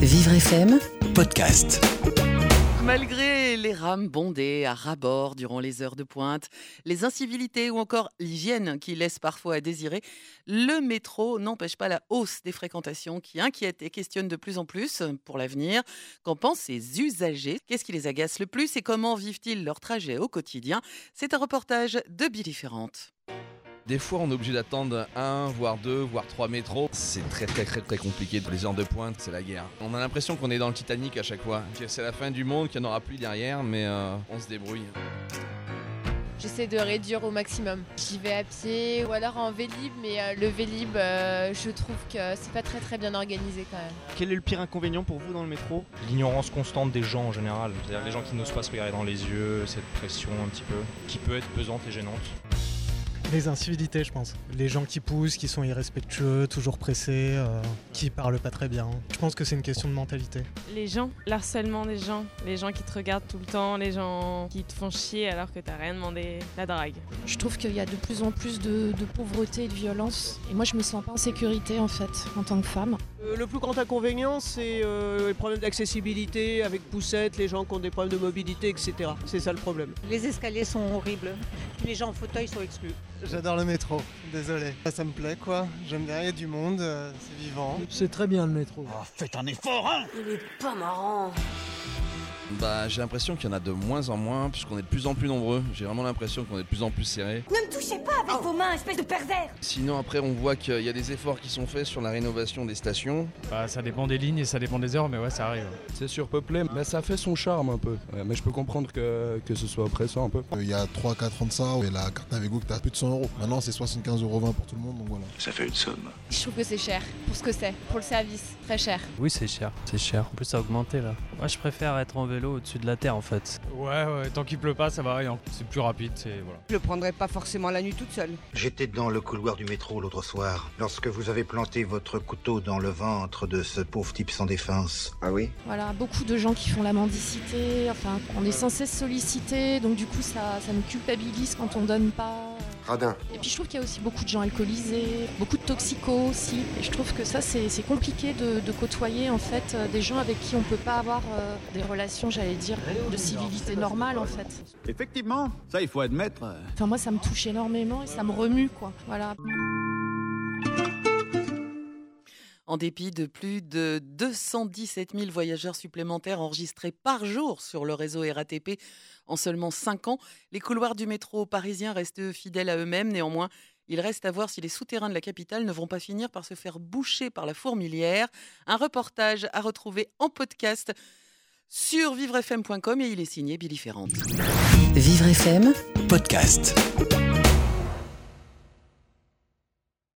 Vivre FM, podcast. Malgré les rames bondées à ras-bord durant les heures de pointe, les incivilités ou encore l'hygiène qui laisse parfois à désirer, le métro n'empêche pas la hausse des fréquentations qui inquiète et questionne de plus en plus pour l'avenir. Qu'en pensent ces usagers Qu'est-ce qui les agace le plus et comment vivent-ils leur trajet au quotidien C'est un reportage de Billy Ferrante. Des fois, on est obligé d'attendre un, voire deux, voire trois métros. C'est très, très, très, très compliqué. Les heures de pointe, c'est la guerre. On a l'impression qu'on est dans le Titanic à chaque fois. Que c'est la fin du monde, qu'il n'y en aura plus derrière, mais euh, on se débrouille. J'essaie de réduire au maximum. J'y vais à pied ou alors en vélib, mais euh, le vélib, euh, je trouve que c'est pas très très bien organisé quand même. Quel est le pire inconvénient pour vous dans le métro L'ignorance constante des gens en général. C'est-à-dire les gens qui n'osent pas se regarder dans les yeux, cette pression un petit peu, qui peut être pesante et gênante. Les incivilités, je pense. Les gens qui poussent, qui sont irrespectueux, toujours pressés, euh, qui parlent pas très bien. Je pense que c'est une question de mentalité. Les gens, l'harcèlement des gens, les gens qui te regardent tout le temps, les gens qui te font chier alors que t'as rien demandé, la drague. Je trouve qu'il y a de plus en plus de, de, pauvreté et de violence. Et moi, je me sens pas en sécurité en fait, en tant que femme. Euh, le plus grand inconvénient, c'est euh, les problèmes d'accessibilité avec poussette, les gens qui ont des problèmes de mobilité, etc. C'est ça le problème. Les escaliers sont horribles. Les gens en fauteuil sont exclus. J'adore le métro, désolé. Ça, ça me plaît quoi, j'aime bien, il y a du monde, euh, c'est vivant. C'est très bien le métro. Oh, faites un effort, hein Il est pas marrant. Bah, j'ai l'impression qu'il y en a de moins en moins, puisqu'on est de plus en plus nombreux. J'ai vraiment l'impression qu'on est de plus en plus serré. Ne me touchez pas avec oh. vos mains, espèce de pervers Sinon, après, on voit qu'il y a des efforts qui sont faits sur la rénovation des stations. Bah, ça dépend des lignes et ça dépend des heures, mais ouais, ça arrive. C'est surpeuplé, mais ça fait son charme un peu. Ouais, mais je peux comprendre que, que ce soit oppressant un peu. Euh, Il y a 3-4 ans de ça, et la carte Navigo, t'as plus de 100 euros. Maintenant, c'est 75,20 euros pour tout le monde, donc voilà. Ça fait une somme. Je trouve que c'est cher, pour ce que c'est, pour le service. Très cher. Oui, c'est cher, c'est cher. En plus, ça a augmenté là. Moi, je préfère être en vélo au-dessus de la terre en fait. Ouais, ouais tant qu'il pleut pas, ça va rien. C'est plus rapide, c'est voilà. Je le prendrai pas forcément la nuit toute seule. J'étais dans le couloir du métro l'autre soir, lorsque vous avez planté votre couteau dans le ventre de ce pauvre type sans défense. Ah oui Voilà, beaucoup de gens qui font la mendicité, enfin, on est sans cesse sollicité, donc du coup, ça, ça nous culpabilise quand on donne pas. Radin. Et puis je trouve qu'il y a aussi beaucoup de gens alcoolisés, beaucoup de toxicos aussi. Et je trouve que ça, c'est compliqué de, de, côtoyer en fait euh, des gens avec qui on peut pas avoir euh, des relations, j'allais dire, de civilité normale en fait. Effectivement, ça il faut admettre. Enfin moi, ça me touche énormément et ça me remue quoi. Voilà. En dépit de plus de 217 000 voyageurs supplémentaires enregistrés par jour sur le réseau RATP en seulement 5 ans, les couloirs du métro parisien restent fidèles à eux-mêmes. Néanmoins, il reste à voir si les souterrains de la capitale ne vont pas finir par se faire boucher par la fourmilière. Un reportage à retrouver en podcast sur vivrefm.com et il est signé Billy Ferrand. Vivre FM, podcast.